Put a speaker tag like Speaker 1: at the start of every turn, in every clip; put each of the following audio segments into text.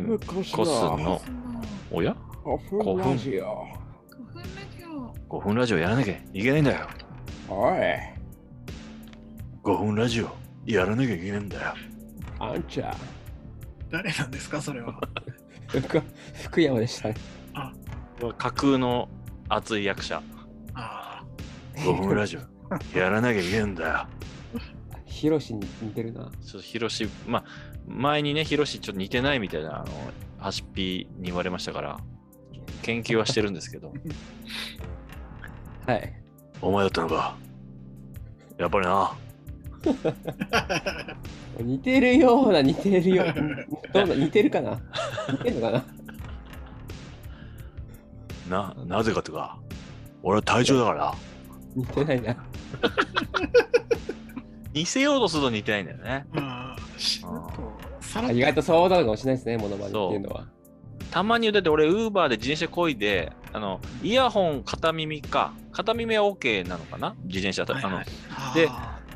Speaker 1: ムコス
Speaker 2: コス
Speaker 1: の
Speaker 2: の、おや
Speaker 1: 古墳ラジオ。
Speaker 3: 古墳ラジオ
Speaker 2: ?5 分ラジオやらなきゃいけないんだよ。
Speaker 1: おい、
Speaker 2: 5分ラジオやらなきゃいけないんだよ。
Speaker 1: あんちゃん。
Speaker 4: 誰なんですかそれは。
Speaker 1: 福福山でしたね。
Speaker 2: 架空の熱い役者。
Speaker 4: あ
Speaker 2: 5分ラジオやらなきゃいけないんだよ。
Speaker 1: ヒロシに似てるな。
Speaker 2: ちょっとヒロシ、まあ、前にね、ヒロシちょっと似てないみたいな、あの、ハシピに言われましたから、研究はしてるんですけど。
Speaker 1: はい。
Speaker 2: お前だったのか。やっぱりな。
Speaker 4: あ。
Speaker 1: 似てるような似てるよ うな。どうだ似てるかな似てるのかな
Speaker 2: な、なぜかとか。俺は体調だから。
Speaker 1: 似てない な。
Speaker 2: 似せようとすると似てないんだよね。
Speaker 4: まあ、し
Speaker 2: あー
Speaker 4: なんかさら
Speaker 1: あ
Speaker 4: っ
Speaker 1: 意外とそうなのかもしれないですね、モノマネっていうのは。
Speaker 2: たまに、だって俺、ウーバーで自転車こいで、あの、イヤホン片耳か、片耳は OK なのかな自転車、
Speaker 4: はいは
Speaker 2: あ
Speaker 4: い
Speaker 2: の、
Speaker 4: あー
Speaker 2: で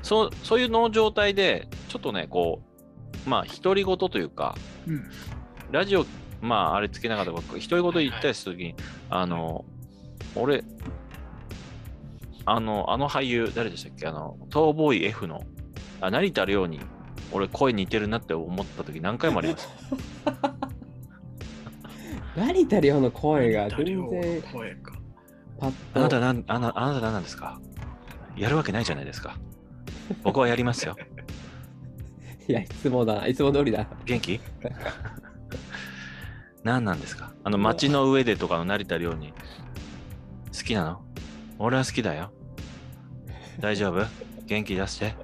Speaker 2: そう、そういうの状態で、ちょっとね、こう、まあ、独り言というか、
Speaker 4: うん
Speaker 2: ラジオ、まあ、あれつけながら、僕、独り言言ったりするときに、あの、俺、あの、あの俳優、誰でしたっけあの、トーボーイ F の、あ成田凌に、俺、声似てるなって思ったとき何回もあります。
Speaker 1: 成田凌の声が
Speaker 4: 誰
Speaker 1: 全
Speaker 4: を
Speaker 1: 然
Speaker 4: 声か。
Speaker 1: パッと。
Speaker 2: あなたなん、あなあなた何なんですかやるわけないじゃないですか。僕はやり ますよ。
Speaker 1: いや、いつもだな。いつも通りだ。
Speaker 2: 元気何なんですかあの街の上でとかの成田凌に好きなの俺は好きだよ大丈夫元気出して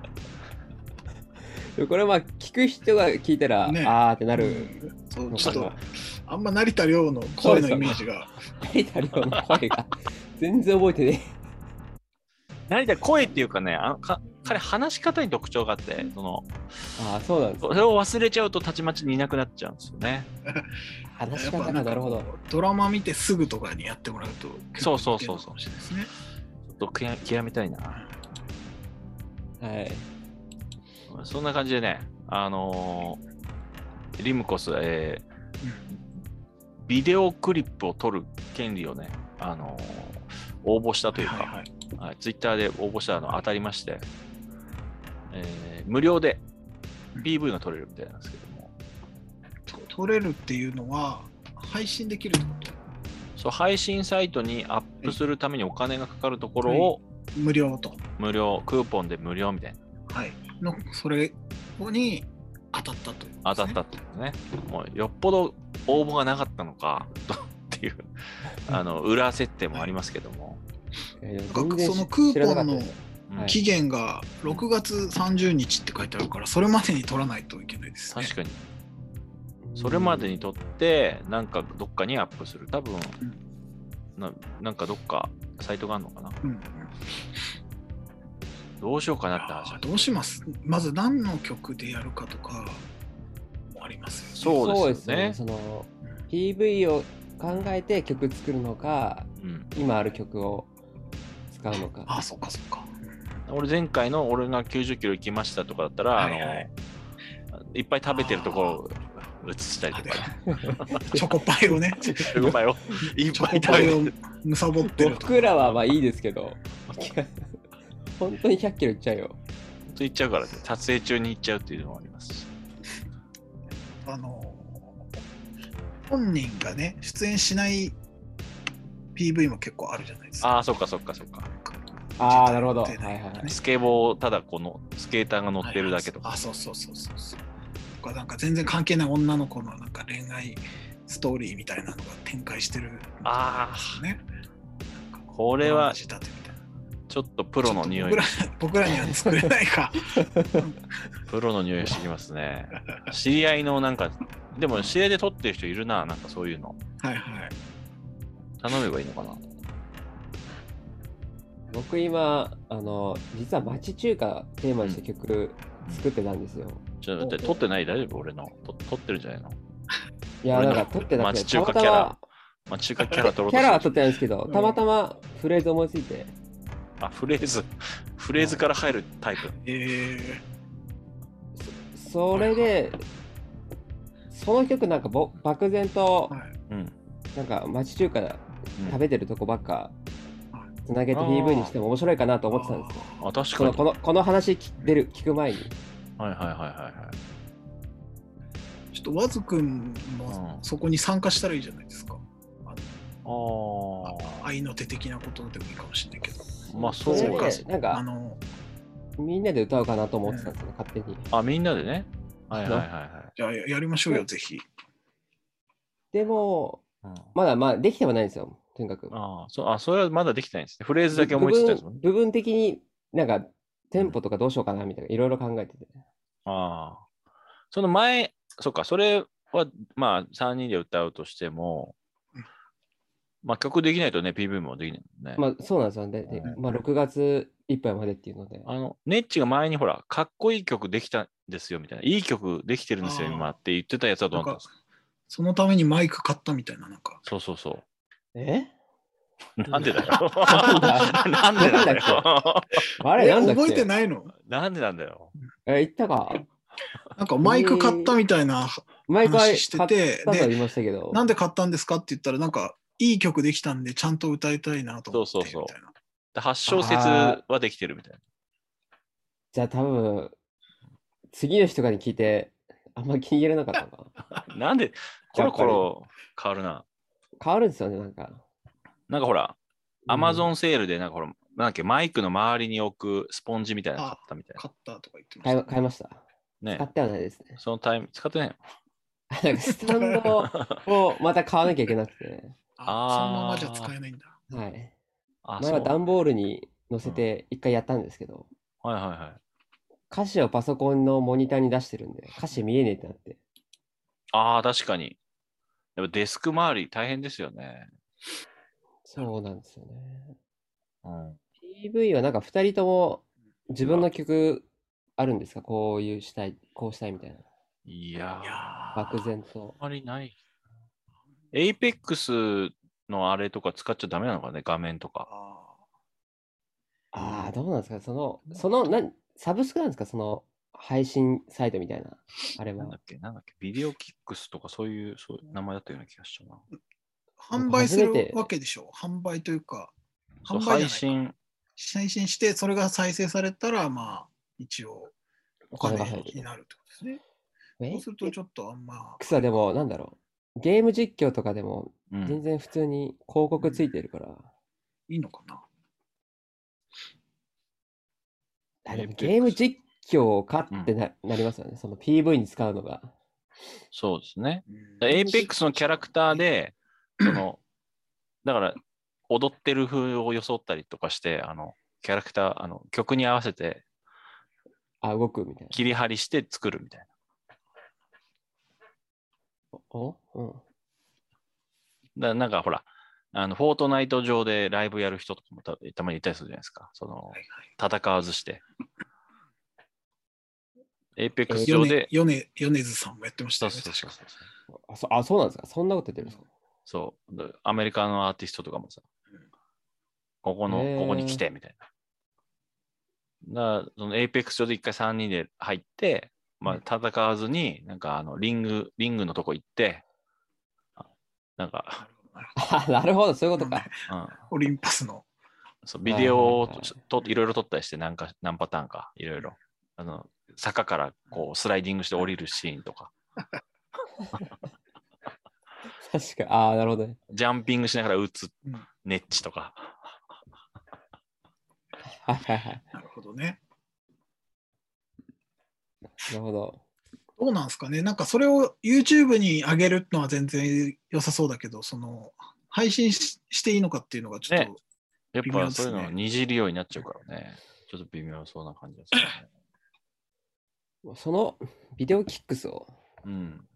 Speaker 1: これはまあ、聞く人が聞いたら、
Speaker 4: ね
Speaker 1: あーってな
Speaker 4: う
Speaker 1: る。
Speaker 4: んそう
Speaker 1: の
Speaker 4: ちょ
Speaker 1: か
Speaker 4: っ
Speaker 1: な
Speaker 4: とあんま成田凌の声のイメージが。
Speaker 1: 成田凌の声 が全然覚えてね
Speaker 2: 成田声っていうかねあのか彼話し方に特徴があってその
Speaker 1: え。ああ、そうなんです。
Speaker 2: それを忘れちゃうとたちまちにいなくなっちゃうんですよね
Speaker 1: 話し
Speaker 4: やっぱ
Speaker 1: 方
Speaker 4: な
Speaker 1: が
Speaker 4: ん
Speaker 1: な
Speaker 4: か
Speaker 1: るほど。
Speaker 4: ドラマ見てすぐとかにやってもらうと
Speaker 2: そうそうそうそう
Speaker 4: 結構いけるかもしれないです
Speaker 2: ちょっときや極めたいな
Speaker 1: はい。
Speaker 2: そんな感じでねあのーリムコス、えー
Speaker 4: ね
Speaker 2: ビデオクリップを撮る権利をねあのー応募したと
Speaker 4: うん
Speaker 2: いうか、
Speaker 4: はいはい
Speaker 2: はい、ツイッターで応募したらあの当たりまして、えー無料で PV が撮れるみたいなんですけども、
Speaker 4: と撮れるっていうのは配信できるってこ
Speaker 2: そう配信サイトにアップするためにお金がかかるところを
Speaker 4: と無料と。
Speaker 2: 無料、クーポンで無料みたい
Speaker 4: はい。のそれに当たったという、
Speaker 2: な、当たったっていうね、もうよっぽど応募がなかったのかっていうあの裏設定もありますけども、
Speaker 1: いやでも
Speaker 4: な
Speaker 1: 全
Speaker 4: んか
Speaker 1: 然
Speaker 4: そのクー
Speaker 1: 知らなか
Speaker 4: ポン
Speaker 1: った
Speaker 4: の
Speaker 1: です
Speaker 2: うん
Speaker 1: はい
Speaker 4: 期限が6月30日って書いてあるから、それまでに取らないといけないですね。
Speaker 2: 確かにそれまでに撮って、なんかどっかにアップする、多分ななんかどっかサイトがあるのかな、
Speaker 4: うんうん
Speaker 2: どうしようかなって
Speaker 4: あ
Speaker 2: 話
Speaker 4: ーどうしますまず何の曲でやるかとかもありますよね。
Speaker 2: そう
Speaker 1: そうで
Speaker 2: で
Speaker 1: すす
Speaker 2: よね
Speaker 1: ね。その PV を考えて曲作るのか、
Speaker 2: うん
Speaker 1: 今ある曲を使うの
Speaker 4: あ
Speaker 1: か。
Speaker 4: あ、そっかそっか。
Speaker 2: 俺前回の俺が90キロ行きましたとかだったら、
Speaker 4: はいはい
Speaker 2: あのいっぱい食べてるところを映したり
Speaker 4: あ
Speaker 2: と
Speaker 4: で
Speaker 2: か、
Speaker 4: チョコパイをね、チ
Speaker 2: チョコパイを いっ
Speaker 4: ョ
Speaker 2: ぱい
Speaker 4: コ
Speaker 2: 食
Speaker 4: パ
Speaker 2: べ
Speaker 4: イ
Speaker 2: て
Speaker 4: を
Speaker 2: る。
Speaker 4: むさぼってるとか。
Speaker 1: 僕らはまあいいですけど、本当に100キロいっちゃうよ。
Speaker 2: と行っちゃうからね、撮影中に行っちゃうっていうのもありますし。
Speaker 4: あの本人がね、出演しない PV も結構あるじゃないですか。
Speaker 2: ああ、そっかそっかそっか。
Speaker 1: ああ、なるほど。は
Speaker 4: ちょ
Speaker 1: い
Speaker 4: っと
Speaker 1: は
Speaker 4: や
Speaker 1: い
Speaker 4: ってない
Speaker 1: はい。
Speaker 2: スケボーをただこのスケーターが乗ってるだけとか。
Speaker 4: あ、そうそうそうそうそう。とか、なんか全然関係ない女の子のなんか恋愛ストーリーみたいなのが展開してる、
Speaker 2: あ
Speaker 4: ね。
Speaker 2: あ、これは
Speaker 4: 仕立てみたいな
Speaker 2: ちょっとプロの匂い
Speaker 4: ちょ、っと僕ら僕らには作れな いか。
Speaker 2: プロの匂いがしてきますね。知り合いのなんか、でも知り合いで撮ってる人いるな、なんかそういうの。
Speaker 4: はいはい。
Speaker 2: 頼めばいいのかな。
Speaker 1: 僕今、あの、実は町中華テーマにした曲作ってたんですよ。
Speaker 2: ちょっと待って、撮ってない大丈夫俺の。と撮ってるんじゃないの
Speaker 1: いや、なんか撮ってなくて、
Speaker 2: 町中華
Speaker 1: たまたま
Speaker 2: まあ、中華キャラ撮ろう
Speaker 1: キャラ
Speaker 2: としてる
Speaker 1: は撮ってないんですけど、たまたまフレーズ思いついて、
Speaker 2: あ、フレーズ。フレーズから入るタイプ。
Speaker 4: え
Speaker 1: それで、その曲なんかぼ漠然と
Speaker 4: はい
Speaker 2: うん。
Speaker 1: なんか町中華食べてるとこばっか
Speaker 4: は
Speaker 1: つなげて
Speaker 2: あー
Speaker 1: PV にしても面白いかなと思ってたんですよ。
Speaker 2: あ、確
Speaker 1: こ
Speaker 2: か
Speaker 1: の
Speaker 2: に。
Speaker 1: このこの話き出る聞く前に。
Speaker 2: はいはいはいはいはい。
Speaker 4: ちょっと和津くんも
Speaker 2: うん
Speaker 4: そこに参加したらいいじゃないですか。
Speaker 2: あ
Speaker 4: 愛の手的なことでもいいかもしれないけど。
Speaker 2: あ。まあそう
Speaker 1: れで
Speaker 2: か。
Speaker 1: なん
Speaker 4: あ
Speaker 1: か
Speaker 4: の、
Speaker 1: みんなで歌うかなと思ってたんですよ、勝手に。
Speaker 2: あ、みんなでね。はいはいはいはい。
Speaker 4: じゃあややりましょうよ、ぜひ。
Speaker 1: でも、
Speaker 2: うん
Speaker 1: まだまあできてはないんですよ、とにかく。
Speaker 2: ああそあ、それはまだできてないんですね。フレーズだけ思いついたんですも
Speaker 1: 部
Speaker 2: ん
Speaker 1: 分
Speaker 2: ね。
Speaker 1: 部分的になんかテンポとかどうしようかなみたいな、いろいろ考えてて。
Speaker 2: ああ。その前、そっか、それは、まあ、3人で歌うとしても
Speaker 4: うん、
Speaker 2: まあ、曲できないとね、PV もできないもんね。
Speaker 1: まあそうなんですよ。で、で
Speaker 2: うん
Speaker 1: まあ6月いっぱいまでっていうので。
Speaker 2: あの、ネッチが前にほら、かっこいい曲できたんですよ、みたいな。いい曲できてるんですよ、
Speaker 4: ああ
Speaker 2: 今って言ってたやつはどうなったんですか
Speaker 4: そのためにマイク買ったみたいな、なんか。
Speaker 2: そうそうそ
Speaker 1: え
Speaker 2: う。なんでだよ。
Speaker 1: なんだ
Speaker 2: なんでなん
Speaker 1: な
Speaker 2: だ
Speaker 1: ん
Speaker 2: よ。
Speaker 1: あれ
Speaker 4: え
Speaker 1: なんだっけ
Speaker 4: 覚えてないの
Speaker 2: なんでなんだよ。
Speaker 1: え、言ったか。
Speaker 4: なんかマイク買ったみたいな、
Speaker 1: 毎回
Speaker 4: 話して
Speaker 1: 買
Speaker 4: て
Speaker 1: ったとは
Speaker 4: で
Speaker 1: 言いましたけど。
Speaker 4: なんで買ったんですかって言ったら、なんか、いい曲できたんで、ちゃんと歌いたいなと思って。
Speaker 2: そうそうそう
Speaker 4: みたいな
Speaker 2: 8小節
Speaker 1: あ
Speaker 2: はできてるみたいな。
Speaker 1: じゃあ多分、次の人がに聞いて、あんま気に入らなかったのかな。
Speaker 2: なんで、コロコロ変わるな。
Speaker 1: 変わるんですよね、なんか。
Speaker 2: なんかほら、アマゾンセールで、なんかほら、なんだっけ、マイクの周りに置くスポンジみたいなの買ったみたい
Speaker 4: 買ったとか言ってま
Speaker 1: 買い
Speaker 4: した。
Speaker 1: 買いました。
Speaker 2: な。
Speaker 1: 買
Speaker 2: ね
Speaker 1: っ。てはないですね。
Speaker 2: そのタイム、使ってないの
Speaker 1: あ なんかスタンドをまた買わなきゃいけなくて。
Speaker 2: あ
Speaker 4: あ
Speaker 2: ー
Speaker 4: そのままじゃ使えないんだ。
Speaker 1: はい。
Speaker 2: あ、
Speaker 1: 前
Speaker 2: そ
Speaker 1: は
Speaker 2: う。は
Speaker 1: い
Speaker 2: は
Speaker 1: 段ボールに乗せて一回やったんですけど、
Speaker 2: いはい。
Speaker 1: 歌詞をパソコンのモニターに出してるんで、歌詞見えねえってなって。
Speaker 2: ああ、確かに。やっぱデスク周り大変ですよね。
Speaker 1: そうなんですよね。
Speaker 2: うん。
Speaker 1: PV はなんか2人とも自分の曲あるんですかこういうしたい、こうしたいみたいな。
Speaker 2: いやー
Speaker 4: いや
Speaker 2: あ
Speaker 4: ー
Speaker 1: 漠然と。
Speaker 2: まりない。エイペックスのあれとか使っちゃダメなのかね、画面とか。
Speaker 4: あ
Speaker 1: ああ、どうなんですかその、その、なんサブスクなんですかその配信サイトみたいな。あれ
Speaker 2: なん
Speaker 1: は
Speaker 2: だ。っけ、なんだっけ、ビデオキックスとかそういうそういう名前だったような気がしたな。
Speaker 4: ー販売する
Speaker 1: 初めて
Speaker 4: わけでしょ。販売というか、
Speaker 2: そう
Speaker 4: 販売じゃない
Speaker 2: 配信、
Speaker 4: 配信して、それが再生されたら、まあ、一応、お金になるってことですね。
Speaker 1: エ
Speaker 4: そう
Speaker 1: イペ
Speaker 4: すると、
Speaker 1: ッ
Speaker 4: ちょっとあんま
Speaker 1: ク、スはでも、なんだろう。ゲーム実況とかでも、
Speaker 2: うん
Speaker 1: 全然普通に広告ついてるから。
Speaker 4: いいのかな。
Speaker 1: あでも
Speaker 2: Apex
Speaker 1: ゲーム実況かってな,、なりますよね。その PV に使うのが。
Speaker 2: そうですね。
Speaker 4: うん
Speaker 2: エイペックスのキャラクターで、その、だから、踊ってる風を装ったりとかして、あの、キャラクター、あの、曲に合わせて
Speaker 1: あ、動くみたい
Speaker 2: 切り張りして作るみたいな。
Speaker 1: な。おうん。
Speaker 2: だからなんかほら、あの、フォートナイト上でライブやる人とかもたたまにいたりするじゃないですか。その
Speaker 4: はい、
Speaker 2: 戦わずして。エイペックス上
Speaker 4: 米
Speaker 2: で、
Speaker 4: 米米津さんもやってました
Speaker 2: そう
Speaker 4: よ
Speaker 2: そ
Speaker 4: ね。
Speaker 2: うそう
Speaker 4: 確か
Speaker 2: そう。
Speaker 1: あそあ、そうなんですかそんなこと言ってるんですか
Speaker 2: そう。でアメリカのアーティストとかもさ
Speaker 4: うん、
Speaker 2: ここの
Speaker 1: へ、ー
Speaker 2: ここに来て、みたいな。だからそのエイペックス上で一回3人で入って、まあ、戦わずに、なんかあの、リング、リングのとこ行って、あなんか、
Speaker 1: あなるほど、そういうことか。
Speaker 2: うん、
Speaker 4: オリンパスの。
Speaker 2: そうビデオを
Speaker 1: はいはいはい
Speaker 2: といろいろ撮ったりして、なんか、何パターンか、いろいろ。あの、坂からこう、スライディングして降りるシーンとか、
Speaker 1: 確かに。ああ、なるほどね。
Speaker 2: ジャンピングしながら打つ
Speaker 4: うん、
Speaker 2: ネッチとか。
Speaker 1: はいはいはい。
Speaker 4: なるほどね。
Speaker 1: なるほど。
Speaker 4: どうなんですかね。なんかそれを YouTube に上げるのは全然良さそうだけど、その、配信ししていいのかっていうのがちょっと、
Speaker 2: ねやっ
Speaker 4: 微妙
Speaker 2: ぱ
Speaker 4: です
Speaker 2: そういう
Speaker 4: ね
Speaker 2: のをにじるようになっちゃうからね。ちょっと微妙そうな感じですよね。
Speaker 1: そのビデオキックスを
Speaker 2: うん。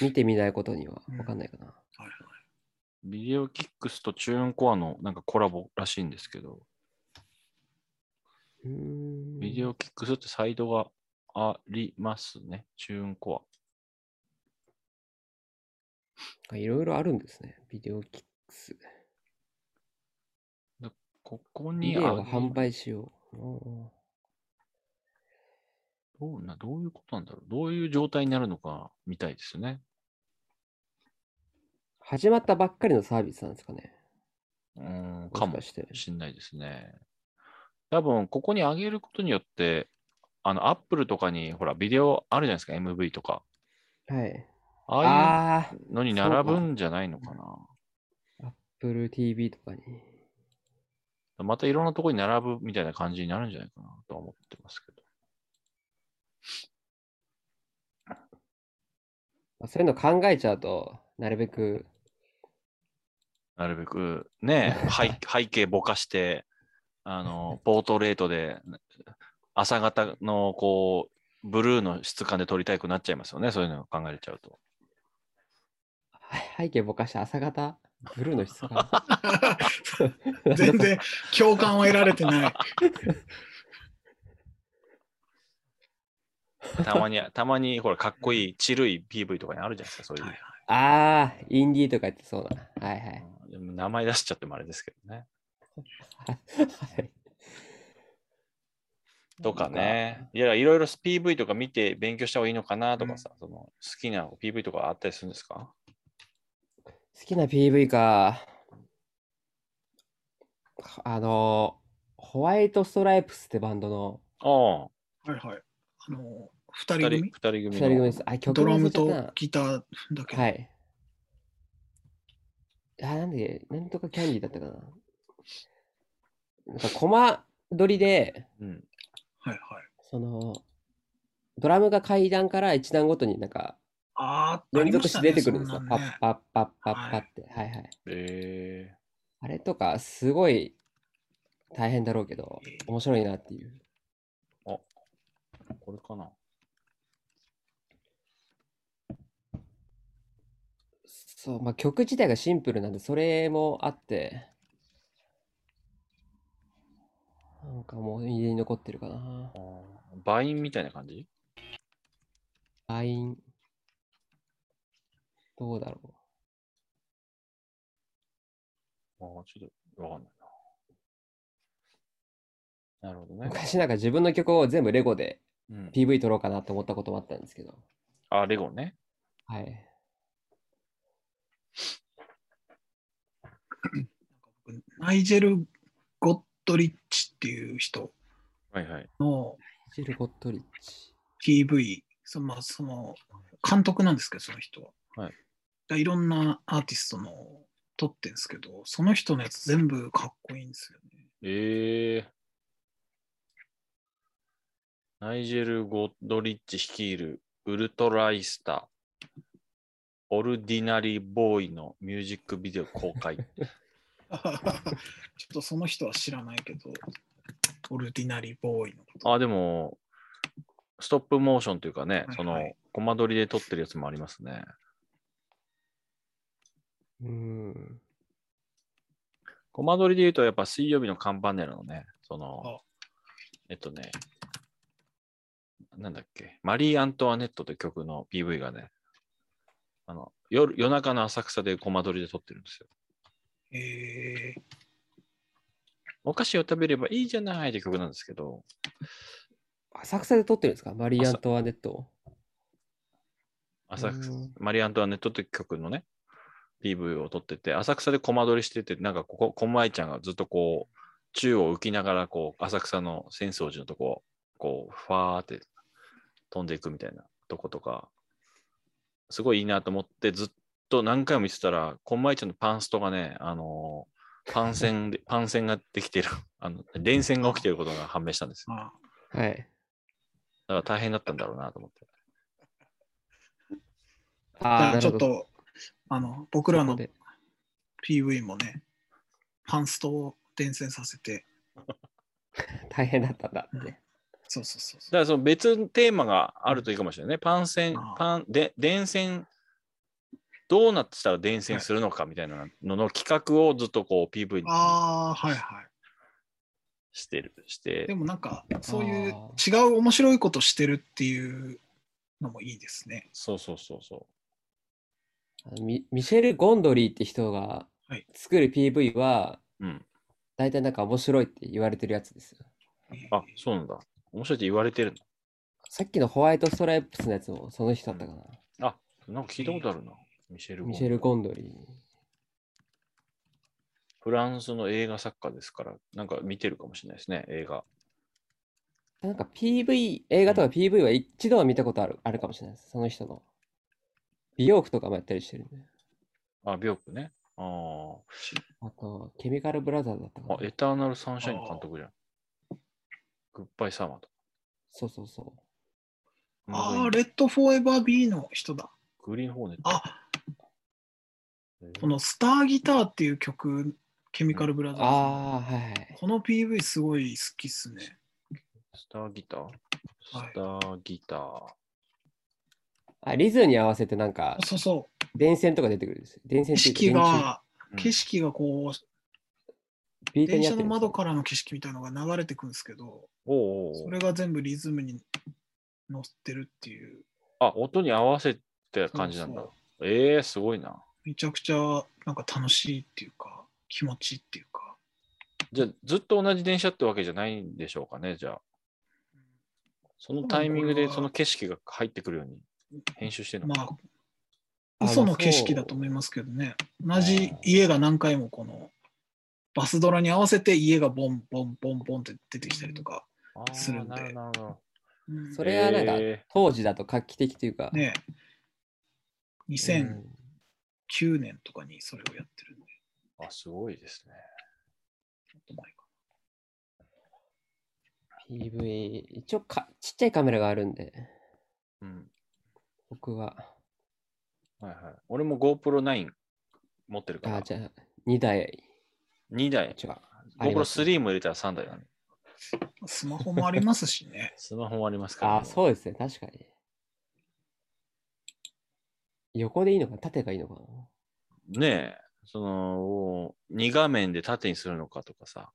Speaker 1: 見てみないことには
Speaker 4: うん
Speaker 1: わかんないかな。
Speaker 4: はいはい
Speaker 2: ビデオキックスとチューンコアのなんかコラボらしいんですけど、
Speaker 1: うーん
Speaker 2: ビデオキックスってサイトがありますね。チューンコ
Speaker 1: あいろいろあるんですね。ビデオキックス。
Speaker 2: ア。ここに
Speaker 1: ビデ
Speaker 2: あ
Speaker 1: オ
Speaker 2: る
Speaker 1: を販売しよう。おう
Speaker 2: どうな。どういうことなんだろう。どういう状態になるのかみたいですね。
Speaker 1: 始まったばっかりのサービスなんですかね。
Speaker 2: うん、
Speaker 1: も
Speaker 2: か
Speaker 1: し
Speaker 2: も
Speaker 1: かして。
Speaker 2: しんないですね。多分、ここに上げることによって、あの、アップルとかに、ほら、ビデオあるじゃないですか、MV とか。
Speaker 1: はい。
Speaker 2: ああ
Speaker 1: ああ
Speaker 2: いうのに並ぶんじゃないのかな。
Speaker 1: ー、Apple TV とかに。
Speaker 2: またいろんなところに並ぶみたいな感じになるんじゃないかなとは思ってますけど。
Speaker 1: まあそういうの考えちゃうと、なるべく、
Speaker 2: なるべく、ね、 背背景ぼかして、あの、ポートレートで、朝方の、こう、ブルーの質感で撮りたくなっちゃいますよね。そういうのを考えちゃうと。
Speaker 1: はい背景ぼかして朝方、ブルーの質感。
Speaker 4: 全然共感を得られてない。
Speaker 2: たまに、 たまに、ほら、かっこいい、チルい PV とかにあるじゃないですか、そういう。
Speaker 4: はい
Speaker 1: ああ、インディーとか言ってそうな。はいはい。
Speaker 2: でも名前出しちゃってもあれですけどね。
Speaker 1: はい
Speaker 2: とかね。いや、いろいろ PV とか見て勉強した方がいいのかなとかさ、その好きな PV とかあったりするんですか
Speaker 1: 好きな PV か。あの、ホワイトストライプスってバンドの
Speaker 2: ああ、
Speaker 4: はいはい。あの、二人
Speaker 2: 二人
Speaker 4: 組
Speaker 2: 二人組の
Speaker 1: 二人組です。あ、曲
Speaker 4: ドラ
Speaker 1: 名忘
Speaker 4: ム
Speaker 1: れちゃった
Speaker 4: と
Speaker 1: な。
Speaker 4: ギターだけ。
Speaker 1: はい。あ、なんで、なんとかキャンディーだったかな。なんか、コマ撮りで、
Speaker 2: うん。
Speaker 4: はいはい。
Speaker 1: その、ドラムが階段から一段ごとになんか、
Speaker 4: あーあ
Speaker 1: 連
Speaker 4: りま
Speaker 1: 続
Speaker 4: し
Speaker 1: したて
Speaker 4: ね、
Speaker 1: 出てくるんですよ。
Speaker 4: そん
Speaker 1: パ
Speaker 4: なん
Speaker 1: ッ
Speaker 4: ね
Speaker 1: パッパッパッパッって。はいはい。
Speaker 2: え
Speaker 1: あれとか、すごい大変だろうけど、面白いなっていう。
Speaker 2: ー、これかな。
Speaker 1: そう、まあ、曲自体がシンプルなんで、それもあって、なんかもう家に残ってるかな
Speaker 2: あ。ーバインみたいな感じ
Speaker 1: ライン。どうだろう。
Speaker 2: ああ、ちょっとわかんないな。なるほどね。
Speaker 1: 昔なんか自分の曲を全部レゴで
Speaker 2: うん
Speaker 1: PV 撮ろうかなと思ったこともあったんですけど。
Speaker 2: あ、レゴね。
Speaker 1: はい。
Speaker 4: ナイジェル・ゴッドリッチっていう人
Speaker 2: はいはい。
Speaker 4: の
Speaker 1: ジル・ゴットリッチ。
Speaker 4: PV、そのまあ、その監督なんですけど、その人は。
Speaker 2: はい
Speaker 4: い、いろんなアーティストの撮ってんですけど、その人のやつ全部かっこいいんですよね。
Speaker 2: ええナイジェル・ゴッドリッチ率いるウルトライスター、オルディナリー・ボーイのミュージックビデオ公開。
Speaker 4: ちょっとその人は知らないけど、オルディナリー・ボーイのこと。
Speaker 2: あ、でも、ストップモーションというかね、そ
Speaker 4: は
Speaker 2: の
Speaker 4: い、
Speaker 2: コマ撮りで撮ってるやつもありますね。
Speaker 1: うーん。
Speaker 2: コマ撮りで言うと、やっぱ水曜日のカンパネラのね、その
Speaker 4: あ、
Speaker 2: えっとね、なんだっけ、マリー・アントワネットという曲の PV がね、あの夜夜中の浅草でコマ撮りで撮ってるんですよ。
Speaker 4: えー
Speaker 2: お菓子を食べればいいじゃないって曲なんですけど、
Speaker 1: 浅草で撮ってるんですかマリー・アントワネットを。
Speaker 2: 浅草
Speaker 1: うん
Speaker 2: マリー・アントワネットという曲のね、PV を撮ってて、浅草でコマ撮りしてて、なんかここ、こまいちゃんがずっとこう、宙を浮きながら、こう、浅草の浅草寺のとこを、こう、ファーって飛んでいくみたいなとことか、すごいいいなと思って、ずっと何回も見てたら、こまいちゃんのパンストがね、あのーパン線で、パン線ができてる、あの、連線が起きてることが判明したんですよ。
Speaker 4: あ
Speaker 1: はい。
Speaker 2: だから大変だったんだろうなと思って。
Speaker 4: じ
Speaker 1: あ
Speaker 4: ゃ
Speaker 1: あ、
Speaker 4: あちょっ
Speaker 1: なる
Speaker 4: とあの
Speaker 1: ほ
Speaker 4: 僕ら
Speaker 1: どここ
Speaker 4: の
Speaker 1: で
Speaker 4: PV もね、パンストを伝染させて、
Speaker 1: 大変だったんだって。
Speaker 4: そうそうそうそ
Speaker 2: だ
Speaker 4: う
Speaker 2: からその別のテーマがあるといいかもしれないね。パン線
Speaker 4: あ、あ
Speaker 2: パン、で、電線、どうなってたら伝染するのかみたいなのの企画をずっとこう PV に
Speaker 4: ああ、はいは
Speaker 2: してる、し
Speaker 4: い。で
Speaker 2: て、
Speaker 4: もなんか、そういう
Speaker 1: あ
Speaker 4: 違う面白いことしてるっていうのもいいですね。
Speaker 2: そうそうそうそ
Speaker 1: あのミミシェル・ゴンドリーって人が
Speaker 4: はい
Speaker 1: 作る PV は、
Speaker 2: う。うん。
Speaker 1: 大体なんか面白いって言われてるやつですよ。
Speaker 2: あ、そうなんだ。面白いって言われてる
Speaker 1: さっきのホワイトストライプスのやつもその人だったかな。
Speaker 2: の。あ、なんか聞いたことあるな。ミシェル・
Speaker 1: ミシェル・
Speaker 2: ゴン
Speaker 1: ゴンドリ
Speaker 2: フランスの映画作家ですから、なんか見てるかもしれないですね、映画。
Speaker 1: ー。なんか PV、映画とか PV は一度は見たことあるあるかもしれないです。その人の。美容区とかもやったりしてるね。
Speaker 2: あ、ビョークね。あー
Speaker 1: あと、ケミカル・ブラザーズだったか
Speaker 2: あ、
Speaker 1: な
Speaker 2: エターナル・サンシャインの監督じゃん。グッバイ・サマーとか。
Speaker 1: そうそうそ
Speaker 4: ああ、レッドフォーエバー B の人だ。
Speaker 2: グリーン・ホーネット。
Speaker 4: あ、
Speaker 2: えー
Speaker 4: このスターギターっていう曲、ケミカルブラ
Speaker 1: う。
Speaker 4: ザーズ
Speaker 1: ああ、はいはい
Speaker 4: の。。この PV すごい好きっすね。
Speaker 2: スターギタースターギター。
Speaker 1: あ、リズに合わせてなんか、
Speaker 4: そうそ
Speaker 1: 電線とか出てくるんですよ。電
Speaker 4: う。
Speaker 1: 線
Speaker 4: 景
Speaker 1: っていうか
Speaker 4: 色が、
Speaker 2: うん
Speaker 4: 景色がこう、
Speaker 1: 電柱、ビート
Speaker 4: 電
Speaker 1: に合ってるんで
Speaker 4: 車の
Speaker 1: すよ
Speaker 4: 窓からの景色みたいのが流れてくんですけど、
Speaker 2: おうおうおう
Speaker 4: それが全部リズムに乗ってるっていう。
Speaker 2: あ、音に合わせて感じなんだ
Speaker 4: そう。
Speaker 2: えー、すごいな。
Speaker 4: めちゃくちゃなんか楽しいっていうか、気持ちいいっていうか。
Speaker 2: じゃあ、ずっと同じ電車ってわけじゃないんでしょうかね、じゃあ。そのタイミングでその景色が入ってくるように編集してるの
Speaker 4: ま
Speaker 2: か。
Speaker 4: あ、
Speaker 1: あ
Speaker 4: 嘘の景色だと思いますけどね。同じ家が何回もこのバスドラに合わせて家がボンボンボンボンって出てきたりとか。
Speaker 2: あー
Speaker 4: するんで
Speaker 2: なるほどなるほ
Speaker 4: うん
Speaker 1: それはなんか
Speaker 2: え
Speaker 1: 当時だと画期的というか、
Speaker 4: ねえ
Speaker 1: う
Speaker 4: 2009
Speaker 1: ん
Speaker 4: 年とかにそれをやってるんで、
Speaker 2: ど。あ、すごいですね。
Speaker 4: ちょっと前か
Speaker 1: PV、一応か、ちっちゃいカメラがあるんで、
Speaker 2: うん。
Speaker 1: 僕は、
Speaker 2: はいはい。俺も GoPro9 持ってるか
Speaker 1: あ、
Speaker 2: ら。
Speaker 1: じゃあ、2台、
Speaker 2: 2台。
Speaker 1: 違う。ありますね
Speaker 2: GoPro3 も入れたら3台なんで。。
Speaker 4: なスマホもありますしね
Speaker 2: スマホもありますから、
Speaker 1: あ、そうですね、確かに。横でいいのかな縦がいいのかな
Speaker 2: ねえ、その、2画面で縦にするのかとかさ、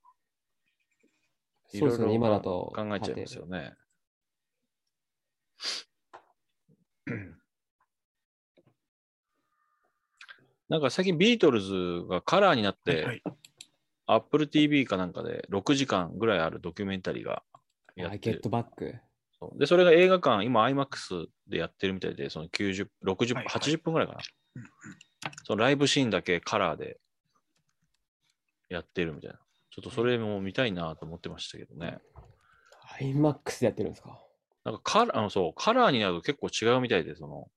Speaker 2: い
Speaker 1: そう
Speaker 2: ろ
Speaker 1: ですね、
Speaker 2: いろ
Speaker 1: 今だと。
Speaker 2: 考えちゃいます よね。なんか最近ビートルズがカラーになっ
Speaker 4: は
Speaker 2: て、
Speaker 4: い、
Speaker 2: Apple TV かなんかで6時間ぐらいあるドキュメンタリーが
Speaker 1: 縦
Speaker 2: やっ
Speaker 1: あ、
Speaker 2: て
Speaker 1: ゲ
Speaker 2: る
Speaker 1: ットバック。
Speaker 2: そうで、それが映画館、今 IMAX でやってるみたいで、その90、60、
Speaker 4: はいはい
Speaker 2: 80分ぐらいかな
Speaker 4: うんうん。
Speaker 2: そのライブシーンだけカラーでやってるみたいな。ちょっとそれも見たいなと思ってましたけどね。
Speaker 1: IMAX でやってるんですか
Speaker 2: なんかカラー、あのそう、カラーになると結構違うみたいで、その、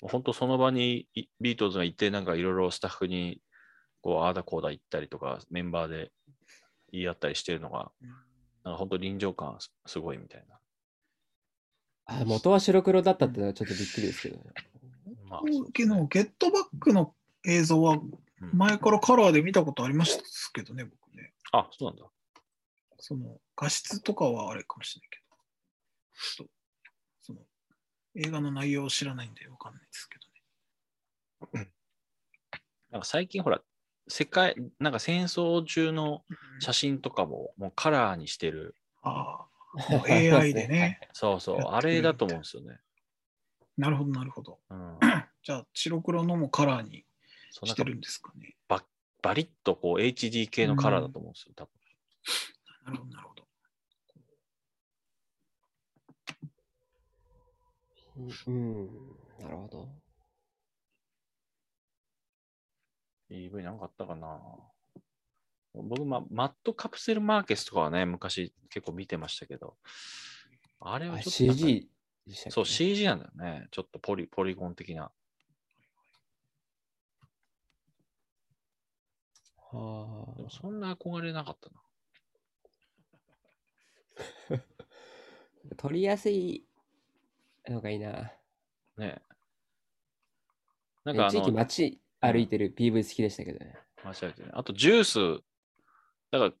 Speaker 2: 本当その場にいビートルズが行って、なんかいろいろスタッフに、こう、ああだこうだ言ったりとか、メンバーで言い合ったりしてるのが、なんか本当臨場感すすごいみたいな。
Speaker 1: あ、元は白黒だったっていうのはちょっとびっくりですけどね。
Speaker 2: まあ、
Speaker 4: うんけど、ゲットバックの映像は
Speaker 2: うん
Speaker 4: 前からカラーで見たことありましたけどね、僕ね。
Speaker 2: あ、そうなんだ。
Speaker 4: その画質とかはあれかもしれないけど、ちょっとその映画の内容を知らないんでわかんないですけどね。
Speaker 2: なんか最近ほら、世界、なんか戦争中の写真とかももうカラーにしてる。
Speaker 4: ああ、もう AI でね。
Speaker 2: そうそう、あれだと思うんですよね。
Speaker 4: なるほど、なるほど。
Speaker 2: うん、
Speaker 4: じゃあ、白黒のもカラーに
Speaker 2: そうなん
Speaker 4: し
Speaker 2: か
Speaker 4: てるんですかね。
Speaker 2: バリッとこう HD 系のカラーだと思うんですよ、多分。
Speaker 4: なるほど、なるほど。
Speaker 1: うん、なるほど。
Speaker 2: EV なんかあったかな僕、まあ、マットカプセルマーケスとかはね、昔結構見てましたけど、あれは
Speaker 1: あ、
Speaker 2: ちょっとなんか
Speaker 1: CG でしたっけ
Speaker 2: そう、CG なんだよね。ちょっとポリポリゴン的な。
Speaker 1: はあ
Speaker 2: でもそんな憧れなかったな。
Speaker 1: 撮りやすいのがいいな。
Speaker 2: ねえな
Speaker 1: なん
Speaker 2: かあ
Speaker 1: 一時期
Speaker 2: の、
Speaker 1: 街歩いてる PV 好きでしたけどね。
Speaker 2: 間違えてね。あと、ジュース、だから、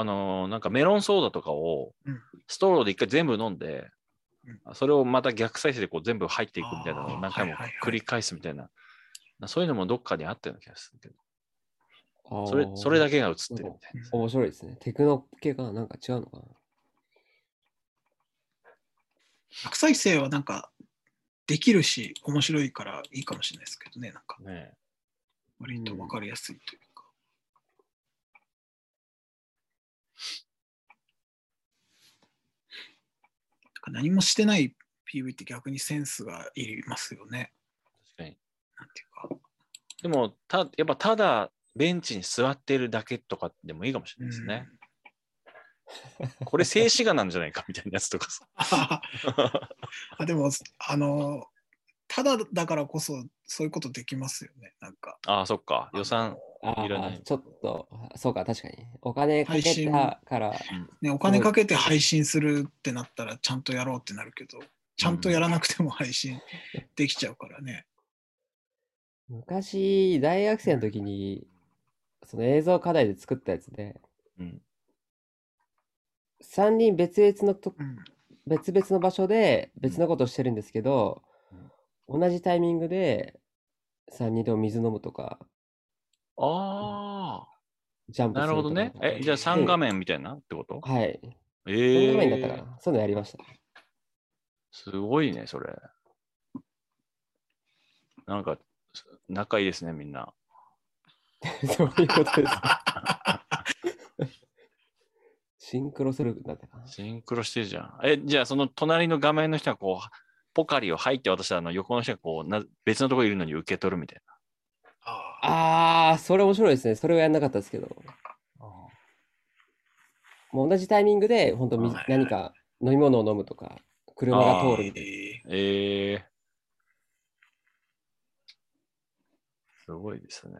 Speaker 2: あのーなんかメロンソーダとかを
Speaker 4: うん、
Speaker 2: ストローで一回全部飲んで、それをまた逆再生でこう全部入っていくみたいなの
Speaker 4: あ
Speaker 2: を
Speaker 4: ー
Speaker 2: 何回も
Speaker 4: はいはいはい
Speaker 2: 繰り返すみたいな、なそういうのもどっかにあったような気がするけど、
Speaker 1: あ
Speaker 2: それそれだ
Speaker 1: け。
Speaker 2: けが映ってるみたいな。
Speaker 1: 面白いですね。テクノ系かななんか違うのかな
Speaker 4: 100再生はなんかできるし、面白いからいいかもしれないですけどね、なんか
Speaker 2: ねえ
Speaker 4: 割とわかりやすいというか。なんか何もしてない PV って逆にセンスがいりますよね。
Speaker 2: 確かに。
Speaker 4: なんていうか。
Speaker 2: でもた、やっぱただベンチに座っているだけとかでもいいかもしれ
Speaker 4: う
Speaker 2: ないですね。
Speaker 4: ん。
Speaker 2: これ静止画なんじゃないかみたいなやつとかさ。
Speaker 4: ああでも、あの、ただだからこそ、そういうことできますよね。なんか。
Speaker 2: ああ、そっか。予算。
Speaker 1: あ
Speaker 2: いらない
Speaker 1: あ、ちょっと、そうか、確かに。お金かけ
Speaker 4: 配信
Speaker 1: たから、
Speaker 4: ね、お金かけて配信するってなったら、ちゃんとやろうってなるけど、ちゃんとやらなくても配信できちゃうからね。
Speaker 1: 昔、大学生の時に、その映像課題で作ったやつで、
Speaker 2: うん。
Speaker 1: 3人別々のと、
Speaker 4: うん。
Speaker 1: 別々の場所で別のことをしてるんですけど、同じタイミングで3人とも水飲むとか、
Speaker 2: あ
Speaker 1: ジャン
Speaker 2: あ、
Speaker 1: プ
Speaker 2: な
Speaker 1: す
Speaker 2: る
Speaker 1: ると
Speaker 2: ほど
Speaker 1: か
Speaker 2: ね。え、じゃあ3画面みたいなってこと
Speaker 1: ではい。3
Speaker 2: え
Speaker 1: 画
Speaker 2: え
Speaker 1: 面だったかな。そういうのやりました。
Speaker 2: すごいね、それ。なんか、仲いいですね、みんな。
Speaker 1: そういうことです。シンクロするんだったかな。
Speaker 2: シンクロしてるじゃん。え、じゃあその隣の画面の人がこう、ポカリを入って渡したらあの横の人がこうな、別のところにいるのに受け取るみたい
Speaker 4: ああ。
Speaker 1: あー、それ面白いですね。それはやんなかったですけど。
Speaker 2: な。
Speaker 1: もう同じタイミングで、本当水
Speaker 4: はい
Speaker 1: 何か飲み物を飲むとか、車が通るみたい
Speaker 4: え
Speaker 2: ええすごいですね。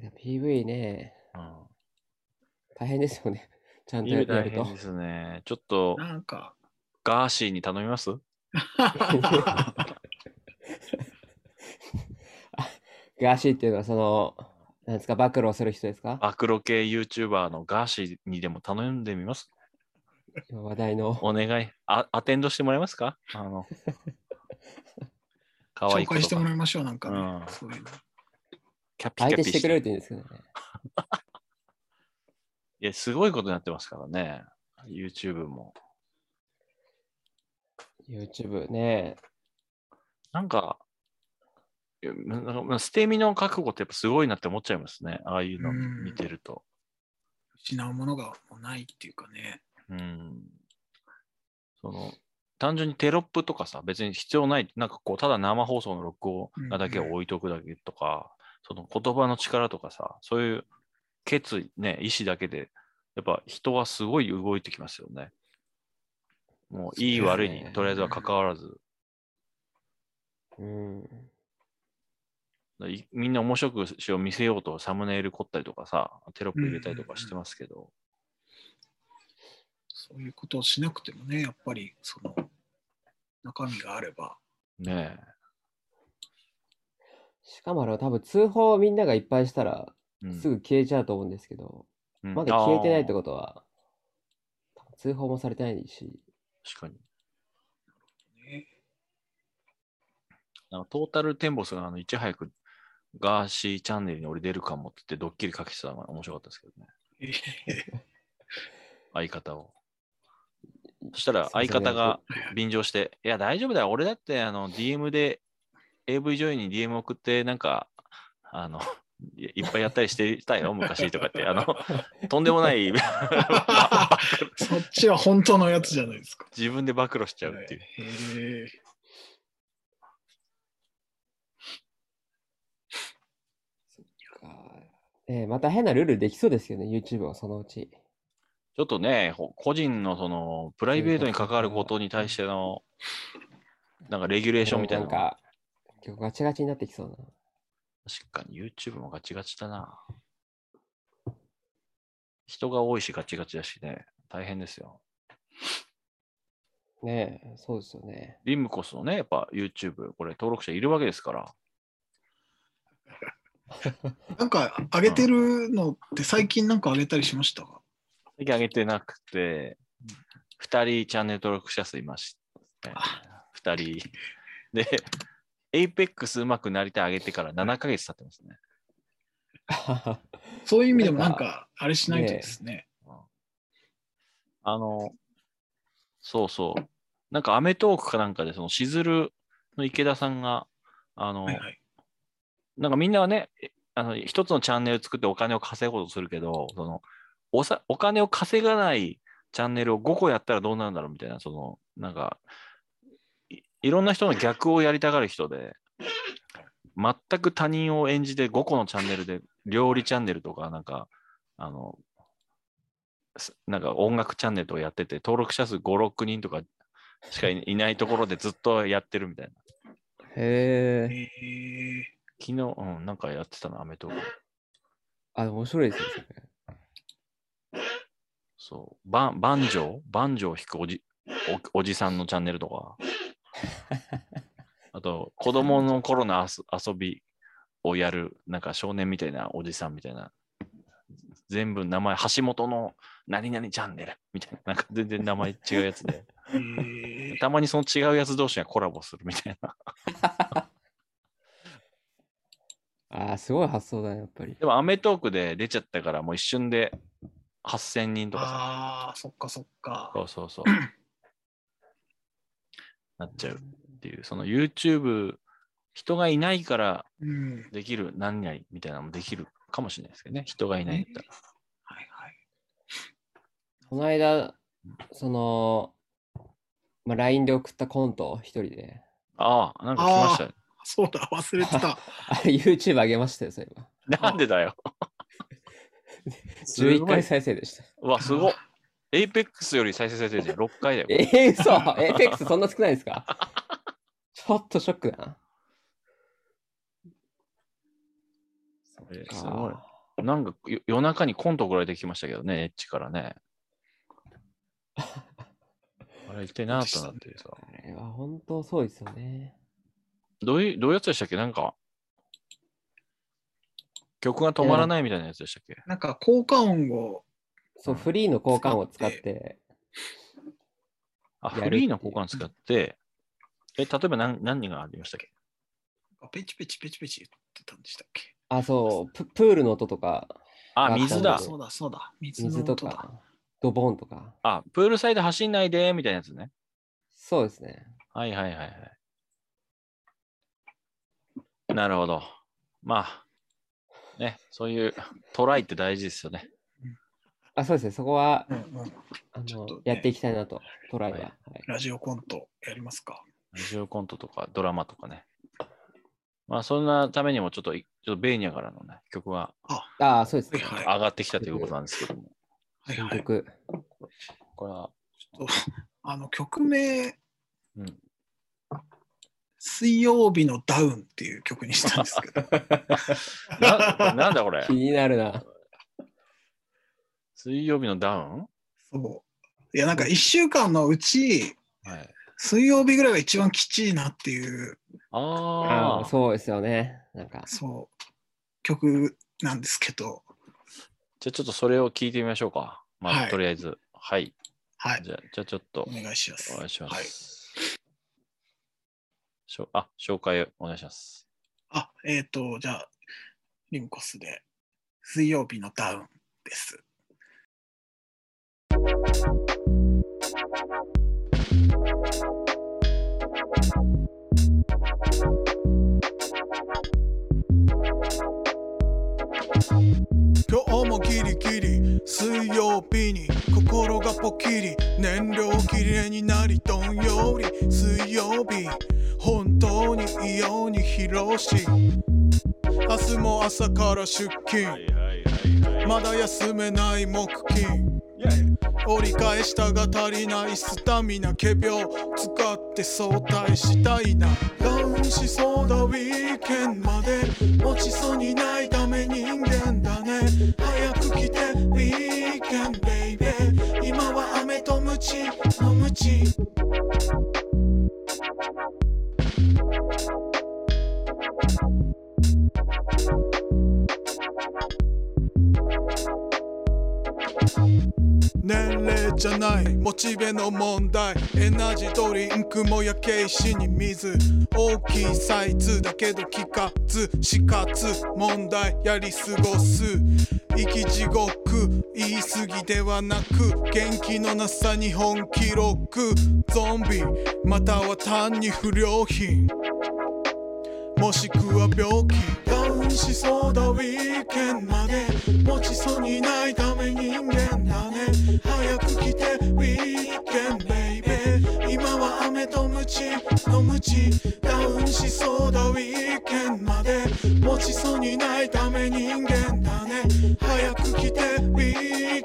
Speaker 1: な。PV ね、
Speaker 2: うん
Speaker 1: 大変ですよね。ちゃんとや
Speaker 2: いい
Speaker 1: や
Speaker 2: 大
Speaker 1: ると
Speaker 2: 変。ですね。ちょっと
Speaker 4: ー、なんか、
Speaker 2: ガーシーに頼みます
Speaker 1: ガーシーっていうのは、その、なんですか、暴露をする人ですか
Speaker 2: 暴露系 YouTuber のガーシーにでも頼んでみます
Speaker 1: 今話題の。
Speaker 2: お願いあ。アテンドしてもらえますかあの、かわい
Speaker 4: 紹
Speaker 2: い子と
Speaker 4: 介しても
Speaker 2: から
Speaker 4: いましょう、なんかね、
Speaker 2: うん
Speaker 4: そういうの。
Speaker 2: キャピキ
Speaker 1: 相
Speaker 2: ャピ
Speaker 1: 手してくれるといいんですけどね。
Speaker 2: いや、すごいことになってますからね。YouTube も。
Speaker 1: YouTube ね。
Speaker 2: なんか、いやななんかまあ捨て身の覚悟ってやっぱすごいなって思っちゃいますね。ああいうの
Speaker 4: うん
Speaker 2: 見てると。
Speaker 4: 失うものがもうないっていうかね。
Speaker 2: うん。その、単純にテロップとかさ、別に必要ない。なんかこう、ただ生放送の録音なだけ
Speaker 4: うんうん
Speaker 2: 置いとくだけとか、その言葉の力とかさ、そういう決意、ね、意志だけで、やっぱ人はすごい動いてきますよね。もう、いい
Speaker 1: そうですね
Speaker 2: 悪いに、とりあえずは関わらず。
Speaker 1: うん。
Speaker 2: いみんな面白くしよう見せようとサムネイル凝ったりとかさ、テロップ入れたりとかしてますけど、
Speaker 4: そういうことをしなくてもね、やっぱり、その、中身があれば。
Speaker 2: ね
Speaker 1: しかもあの、多分通報をみんながいっぱいしたら、
Speaker 2: え。うん
Speaker 1: すぐ消えちゃうと思うんですけど、
Speaker 2: うん
Speaker 1: まだ消えてないってことは、通報もされてないし、
Speaker 2: あー確かに。
Speaker 4: ね、
Speaker 2: なんかトータルテンボスがあのいち早くガーシーチャンネルに俺出るかもって言ってドッキリかけてたのが面白かったですけどね。
Speaker 4: え
Speaker 2: 相方を。そしたら
Speaker 1: すいません
Speaker 2: 相方が便乗して、いや大丈夫だよ、俺だってあの DM で AV 女優に DM 送って、なんか、あの、いいっぱいやったりしてたよ、昔とかって、あの、とんでもない
Speaker 4: そっちは本当のやつじゃないですか。
Speaker 2: 自分で暴露しちゃうっていう。
Speaker 4: へえ
Speaker 1: えーまた変なルールできそうですよね、YouTube はそのうち。
Speaker 2: ちょっとね、ほ個人のそのプライベートに関わることに対しての、なんかレギュレーションみたいな
Speaker 1: なん
Speaker 2: のが。
Speaker 1: か、結構ガチガチになってきそうな。
Speaker 2: 確かに YouTube もガチガチだな。人が多いしガチガチだしね、大変ですよ。
Speaker 1: ねえ、そうですよ ね。
Speaker 2: リムコスのね、やっぱ YouTube、これ登録者いるわけですから。
Speaker 4: なんか、上げてるのって最近なんか上げたりしましたか
Speaker 2: 最近上げてなくて、2人チャンネル登録者数いましたね、2人。で、APEX うまくなりたい上げてから7ヶ月経ってますね。
Speaker 4: そういう意味でもな
Speaker 1: なんん
Speaker 4: か、
Speaker 1: か
Speaker 4: あれしないとですね。
Speaker 2: あの、そうそう。なんか、アメトーークかなんかで、その、しずるの池田さんが、あの、
Speaker 4: はいはい。
Speaker 2: なんかみんなはね、えあの、一つのチャンネル作ってお金を稼ごうとするけど、その、おさお金を稼がないチャンネルを5個やったらどうなるんだろうみたいな、その、なんか、いいいろんな人の逆をやりたがる人で、全く他人を演じて5個のチャンネルで、料理チャンネルとか、なんか、あの、すなんか音楽チャンネルとかやってて、登録者数5、6人とかしかいいないところでずっとやってるみたいな。
Speaker 1: へ
Speaker 4: え
Speaker 1: え。
Speaker 4: ー、
Speaker 2: 昨日、うん、なんかやってたの、アメトーーク。
Speaker 1: あ、でも面白いですね。それ
Speaker 2: そう、バン、バンジョーバンジョーを弾くおじ、おおじさんのチャンネルとか。あと、子供の頃の遊遊びをやる、なんか少年みたいなおじさんみたいな。全部名前、橋本の何々チャンネルみたいな。なんか全然名前違うやつで。
Speaker 4: え ー、
Speaker 2: たまにその違うやつ同士がコラボするみたいな。
Speaker 1: ああ、すごい発想だね、やっぱり。
Speaker 2: でも、アメトークで出ちゃったから、もう一瞬で8000人とかさ
Speaker 4: ああ、そっかそっか。
Speaker 2: そうそうそう。 なっちゃうっていう、その YouTube、人がいないから
Speaker 4: うん。はい
Speaker 2: できる何々みたいなのもできるかもしれないですけどね、人がいないんだったら。
Speaker 4: はい。
Speaker 1: この間、その、まあ、LINE で送ったコントを一人で。
Speaker 2: ああ、なんか来ましたよ。
Speaker 4: そうだ、忘れてた。
Speaker 1: あ、YouTube 上げましたよ、そういえば。
Speaker 2: なんで だよ。すごい
Speaker 1: 11回再生でした。
Speaker 2: うわ、すごっ。APEX より再生されてるじゃん、6回だよ。
Speaker 1: えー、嘘 !APEX そんな少ないですか ちょっとショックだな。そっ
Speaker 2: えー
Speaker 1: か
Speaker 2: すごいなんかよ夜中にコント送られてきましたけどね、エッチから ね。あれ、一体何だったんだっていうさ。
Speaker 1: あれは本当そうですよね。
Speaker 2: どういう、どういうやつでしたっけなんか、曲が止まらないみたいなやつでしたっけ
Speaker 4: なんか効果音を、
Speaker 1: そう、
Speaker 2: うん
Speaker 1: フリーの交換を使っ、
Speaker 4: 使って
Speaker 2: あ、
Speaker 1: やるって
Speaker 2: フ
Speaker 1: いう
Speaker 2: リーの交換使って、え、例えば何何がありましたっけ
Speaker 4: ペチペチペチペチ言ってたんでしたっけ
Speaker 1: あ、そう、ププールの音とか、
Speaker 2: あ、
Speaker 1: あ
Speaker 2: 水だ
Speaker 1: そ。
Speaker 4: そうだ、そうだ。水の
Speaker 1: 水と
Speaker 4: 音だ。
Speaker 1: か、ドボンとか。
Speaker 2: あ、プールサイド走んないで、みたいなやつね。
Speaker 1: そうですね。
Speaker 2: はいはいはいはい。なるほど。まあ、ね、そういうトライって大事ですよね。
Speaker 1: あ、そうですね。そこは、
Speaker 4: うんうん、
Speaker 1: あ
Speaker 4: ちょ
Speaker 1: の、
Speaker 4: っとね
Speaker 1: やっていきたいなと、トライは。
Speaker 2: は
Speaker 1: はいい、
Speaker 4: ラジオコントやりますか。
Speaker 2: ラジオコントとかドラマとかね。まあ、そんなためにもちょっと、いちょっとベーニャからのね、曲が
Speaker 1: ああ、そうです
Speaker 4: は
Speaker 1: ね。
Speaker 4: いはい。は
Speaker 2: 上がってきたということなんですけども。
Speaker 4: い
Speaker 1: 新
Speaker 4: はい、
Speaker 1: 曲。
Speaker 2: これは、
Speaker 4: あの曲名、
Speaker 2: うん
Speaker 4: 水曜日のダウンっていう曲にしたんです けど、
Speaker 2: ななんだこれ
Speaker 1: 気になるな。
Speaker 2: 水曜日のダウン
Speaker 4: そう。いや、なんか1週間のうち、
Speaker 2: はい。
Speaker 4: 水曜日ぐらいが一番きちいなっていう、
Speaker 2: あ
Speaker 1: あ
Speaker 2: あ
Speaker 1: あ、、そうですよね。なんか、
Speaker 4: そう、曲なんですけど、
Speaker 2: じゃあちょっとそれを聞いてみましょうか。まあ、
Speaker 4: はい
Speaker 2: とりあえず。はい。
Speaker 4: はい。
Speaker 2: じゃあ、じゃあちょっと
Speaker 4: お願いします。
Speaker 2: お願いしま
Speaker 4: はい。
Speaker 2: す。しょあ、紹介お願いします。
Speaker 4: あ、えっ、と、じゃあ、リムコスで、水曜日のダウンです。
Speaker 3: 今日もギリギリ水曜日に心がポキリ燃料切れになりどんより水曜日本当に異様に広し明日も朝から出勤まだ休めない木金折り返したが足りないスタミナ仮病使って相対したいなダウンしそうだウィーケンまで落ちそうにないため人間だね早く来てウィーケンベイベー今は飴とムチのムチ年齢じゃないモチベの問題エナジードリンクも焼け石に水大きいサイズだけど聞かず死活問題やり過ごす生き地獄言い過ぎではなく元気のなさ日本記録ゾンビまたは単に不良品もしくは病気ダウンしそうだウィーケンまで持ちそうにないため人間だね早く来てウィーケンベイベー今は飴と鞭口の無知ダウンしそうだウィーケンまで持ちそうにないため人間だね早く来てウィ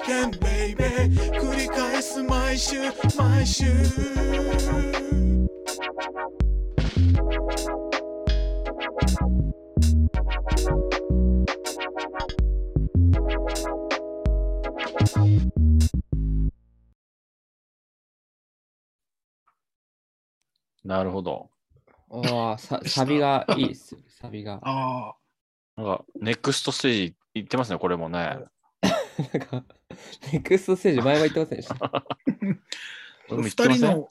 Speaker 3: ーケンベイベー繰り返す毎週毎週
Speaker 2: なるほど。
Speaker 1: ああ、さサビがいいっすよ。サビが。
Speaker 4: ああ、
Speaker 2: なんか、ネクストステージ行ってますね、これもね。
Speaker 1: なんか、ネクストステージ前は言ってませんでした。
Speaker 2: これも
Speaker 4: 二
Speaker 2: 言ってま
Speaker 4: 人
Speaker 2: せん
Speaker 4: の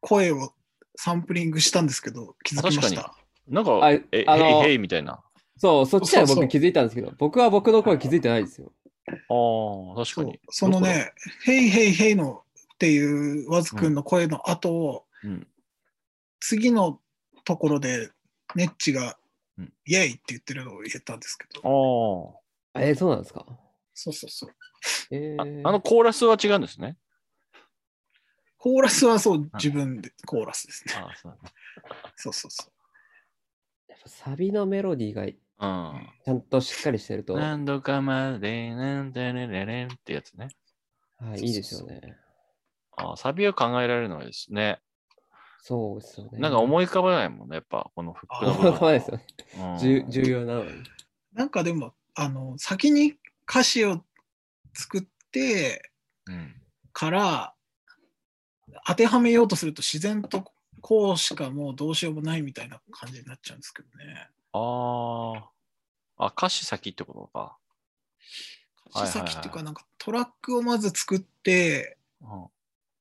Speaker 4: 声をサンプリングしたんですけど、気づきました。
Speaker 2: なんか
Speaker 1: あ、
Speaker 2: え、
Speaker 1: あの
Speaker 2: へいへいみたいな。
Speaker 1: そう、そっちは
Speaker 4: そうそ
Speaker 1: 僕
Speaker 4: う
Speaker 1: 気づいたんですけど、僕は僕の声気づいてないですよ。
Speaker 2: ああ、確か
Speaker 4: そう
Speaker 2: に。
Speaker 4: そのね、ヘイヘイヘイのっていう和津く
Speaker 2: うん
Speaker 4: んの声の後を、
Speaker 2: うん。
Speaker 4: 次のところで、ネッチが
Speaker 2: うん、
Speaker 4: イエイって言ってるのを入れたんですけど、
Speaker 2: あー
Speaker 1: えー、そうなんですか。
Speaker 4: そうそうそう。
Speaker 1: え
Speaker 2: あ。
Speaker 1: ー、
Speaker 2: あの、コーラスは違うんですね。
Speaker 4: コーラスはそう、自分で、コーラスですね。
Speaker 2: ああ、そう
Speaker 4: そうそうそう。
Speaker 1: やっぱサビのメロディーがち
Speaker 2: なんだ。
Speaker 1: ゃんとしっかりしてる
Speaker 2: う
Speaker 1: と、
Speaker 2: ん。
Speaker 1: は
Speaker 2: 何度かまで、なんだれれれんってやつね。
Speaker 1: い、いいですよね。
Speaker 2: ああ、サビを考えられるのがいいですね。
Speaker 1: そうですよね。
Speaker 2: なんか思い浮かばないもんね、やっぱ、このフックの
Speaker 1: 思い
Speaker 2: 部
Speaker 1: 浮かば ないですよね。
Speaker 2: 分。 う
Speaker 1: 重
Speaker 2: ん
Speaker 1: 重要なのに。
Speaker 4: なんかでも、あの、先に歌詞を作って
Speaker 2: うん
Speaker 4: から、当てはめようとすると自然とこうしかもうどうしようもないみたいな感じになっちゃうんですけどね。
Speaker 2: ああ。あ、歌詞先ってことか。は
Speaker 4: 歌
Speaker 2: い
Speaker 4: 詞
Speaker 2: はいはい
Speaker 4: 先っていうか、なんかトラックをまず作って、
Speaker 2: うん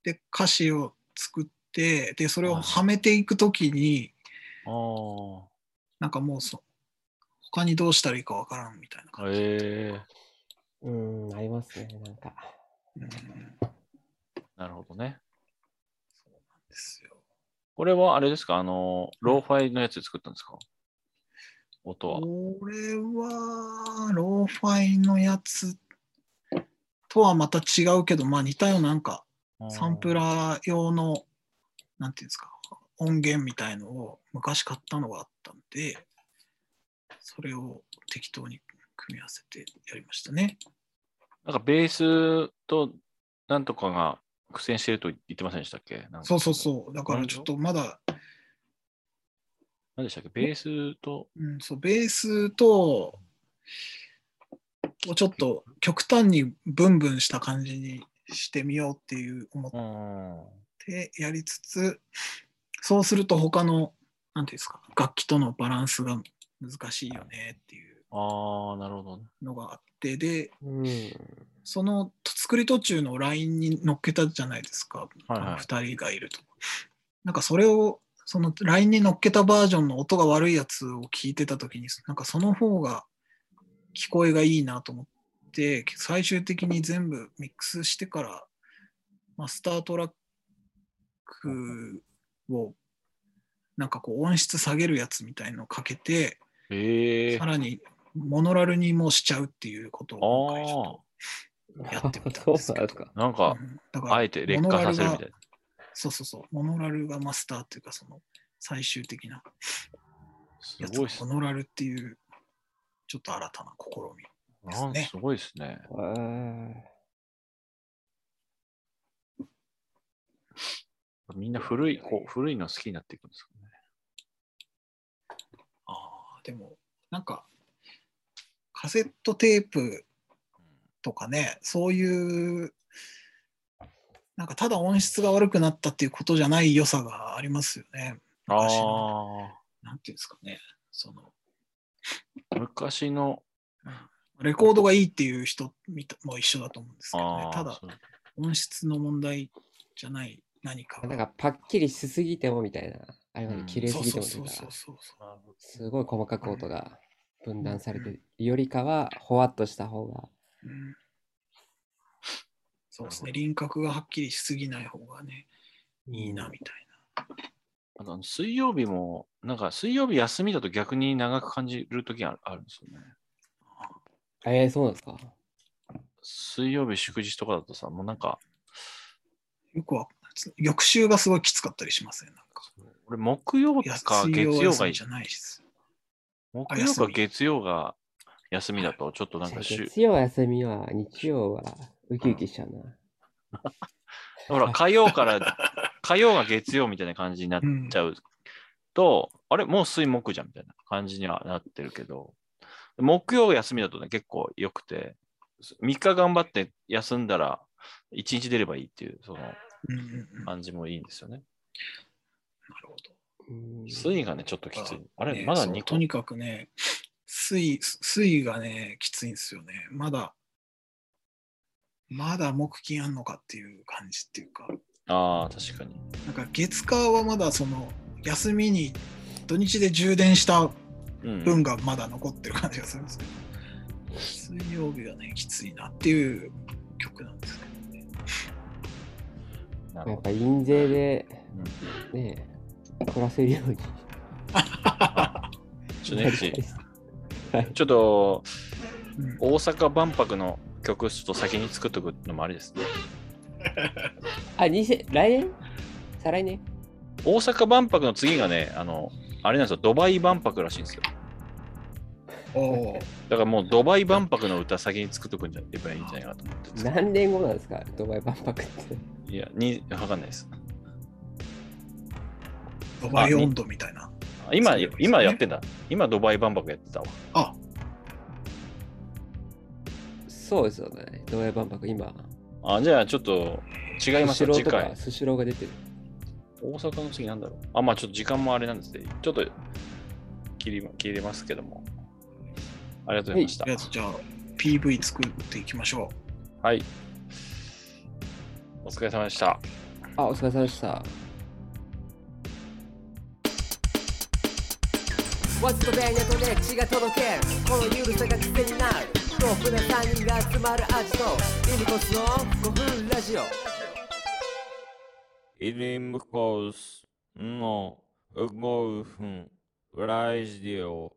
Speaker 4: で、歌詞を作って、で、それをはめていくときに、
Speaker 2: あ
Speaker 4: なんかもうそ、他にどうしたらいいかわからんみたいな
Speaker 2: あ。
Speaker 4: 感じ。
Speaker 2: ええ
Speaker 1: うーん、ありますね。なんか。
Speaker 4: うんで
Speaker 2: なるほどね。
Speaker 4: すよ。
Speaker 2: これはあれですかあの、ローファイのやつで作ったんですか音は。
Speaker 4: これは、ローファイのやつとはまた違うけど、まあ似たようななんかサンプ
Speaker 2: ー。
Speaker 4: ラー用の、なんていうんですか、音源みたいのを昔買ったのがあったんで、それを適当に組み合わせてやりましたね。
Speaker 2: なんかベースとなんとかが苦戦してると言ってませんでしたっけなんか
Speaker 4: そうそうそう。だからちょっとまだ、
Speaker 2: 何でしたっけベースと、
Speaker 4: うん、そう、ベースと、をちょっと極端にブンブンした感じにしてみようっていう思っ
Speaker 2: うん。
Speaker 4: でやりつつそうすると他のなんていうんですか楽器とのバランスが難しいよねっていう
Speaker 2: ああ、なるほどね。
Speaker 4: のがあってで
Speaker 1: うん。
Speaker 4: その作り途中のラインに乗っけたじゃないですか、
Speaker 2: はい
Speaker 4: あ
Speaker 2: は
Speaker 4: の
Speaker 2: い。
Speaker 4: 2人がいると。なんかそれをそのラインに乗っけたバージョンの音が悪いやつを聞いてた時になんかその方が聞こえがいいなと思って最終的に全部ミックスしてからマスタートラックをなんかこう音質下げるやつみたいのをかけて
Speaker 2: ええ
Speaker 4: さらにモノラルにもしちゃうっていうことを今回ちょっ
Speaker 2: あ
Speaker 4: やって みたんですけど
Speaker 1: そうなんですか。
Speaker 2: あ、なん
Speaker 4: と
Speaker 2: か
Speaker 4: う、んだから
Speaker 2: あえて劣化させるみたいな。
Speaker 4: そうそうそう、モノラルがマスターっていうか、その最終的な
Speaker 2: す
Speaker 4: やつ、
Speaker 2: ごいっす
Speaker 4: モノラルっていう、ちょっと新たな試み。
Speaker 2: なん
Speaker 4: ですね
Speaker 2: すごいですね。
Speaker 1: えー
Speaker 2: みんな古い、こう古いの好きになっていくんですかね。
Speaker 4: ああ、でも、なんか、カセットテープとかね、そういう、なんかただ音質が悪くなったっていうことじゃない良さがありますよね。
Speaker 2: あ
Speaker 4: 昔の
Speaker 2: あ
Speaker 4: なんていうんですかね、その、
Speaker 2: ー、昔の、
Speaker 4: レコードがいいっていう人みたも一緒だと思うんですけど
Speaker 2: あ
Speaker 4: ね
Speaker 2: あ、、
Speaker 4: ただ
Speaker 2: そう
Speaker 4: 音質の問題じゃない何かが
Speaker 1: なんかパッキリしすぎてもみたいな、あれまで綺麗す
Speaker 4: そう
Speaker 1: ぎて
Speaker 4: そう
Speaker 1: もとい
Speaker 4: そうう
Speaker 1: か、
Speaker 4: そうそうそう。
Speaker 2: なるほど
Speaker 1: すごい細かく音が分断されてるよりかは、ほわっとした方が、
Speaker 4: うんそうです
Speaker 2: なるほど
Speaker 4: ね、輪郭がはっきりしすぎない方がね、いいなみたい
Speaker 2: あとあの水曜日も、なんか水曜日休みだと逆に長く感じる時があるあるんですよね。
Speaker 1: えー、そうなんですか。
Speaker 2: 水曜日祝日とかだとさ、もうなんか、
Speaker 4: な。よくは翌週がすごいきつかったりしますね。なんか
Speaker 2: 俺、木曜
Speaker 4: いや
Speaker 2: か
Speaker 4: 水
Speaker 2: 月
Speaker 4: 曜
Speaker 2: 曜がいい
Speaker 4: じゃないです。
Speaker 2: 木曜か
Speaker 4: 休み
Speaker 2: 月曜が休みだと、ちょっとなんか週、
Speaker 1: 月曜は休みは、日曜はウキウキしちゃうな。
Speaker 2: ほら、火曜から、火曜が月曜みたいな感じになっちゃうと、あれ、もう水木じゃんみたいな感じにはなってるけど、木曜休みだとね、結構良くて、3日頑張って休んだら、1日出ればいいっていう、その
Speaker 4: うんうんうんなる
Speaker 2: 感じもいいんですよね。
Speaker 4: ほど。
Speaker 1: うん
Speaker 2: 水がね、ちょっときつい。あれ、
Speaker 4: ね
Speaker 2: まだ
Speaker 4: そう
Speaker 2: 2
Speaker 4: と
Speaker 2: 個。
Speaker 4: にかくね、水、水がね、きついんですよね。まだ、まだ木金あんのかっていう感じっていうか、
Speaker 2: ああ、確かに。
Speaker 4: なんか月火はまだその、休みに、土日で充電した
Speaker 2: うん
Speaker 4: 分がまだ残ってる感じがするんですけど、水曜日がね、きついなっていう曲なんですけどね。
Speaker 2: なる
Speaker 1: やっ
Speaker 2: ほど
Speaker 1: ぱ印税で、ねえ、取らせるように。
Speaker 2: ちょっとねち
Speaker 1: はい
Speaker 2: ちょっと
Speaker 4: うん
Speaker 2: 大阪万博の曲ちょっと先に作っとくのもありですね。
Speaker 1: あ、二千来年再来年
Speaker 2: 大阪万博の次がね、あの、あれなんですよ、ドバイ万博らしいんですよ。
Speaker 4: おー
Speaker 2: だからもうドバイ万博の歌先に作っとくんじゃやっぱりいいんじゃないかなと思って作っ。
Speaker 1: 何年後なんですかドバイ万博って。
Speaker 2: いや、に、わかんないです。
Speaker 4: ドバイ温度みたいな。
Speaker 2: あ今、
Speaker 4: そうですね
Speaker 2: 今やってんだ。今ドバイ万博やってたわ。
Speaker 4: あ、
Speaker 1: そうですよね。ドバイ万博、今。
Speaker 2: あ、じゃあちょっと違います
Speaker 1: スシ
Speaker 2: よ、
Speaker 1: ロー
Speaker 2: 次
Speaker 1: と
Speaker 2: 回
Speaker 1: か、。スシローが出てる。
Speaker 2: 大阪の次なんだろう。あ、まあちょっと時間もあれなんですね。ちょっと切り、切れますけども。ありがとうございました
Speaker 4: とりあ。えずじゃあ、PV 作っていきましょう。
Speaker 2: はい。お疲れ様でした。
Speaker 1: あ、お疲れ様でした。
Speaker 5: わずかでネットで血が届けるこのゆるさが癖になるロープな3人が集まるアジトインコスの5分ラジオ
Speaker 6: イリンブコースの5分ラジオ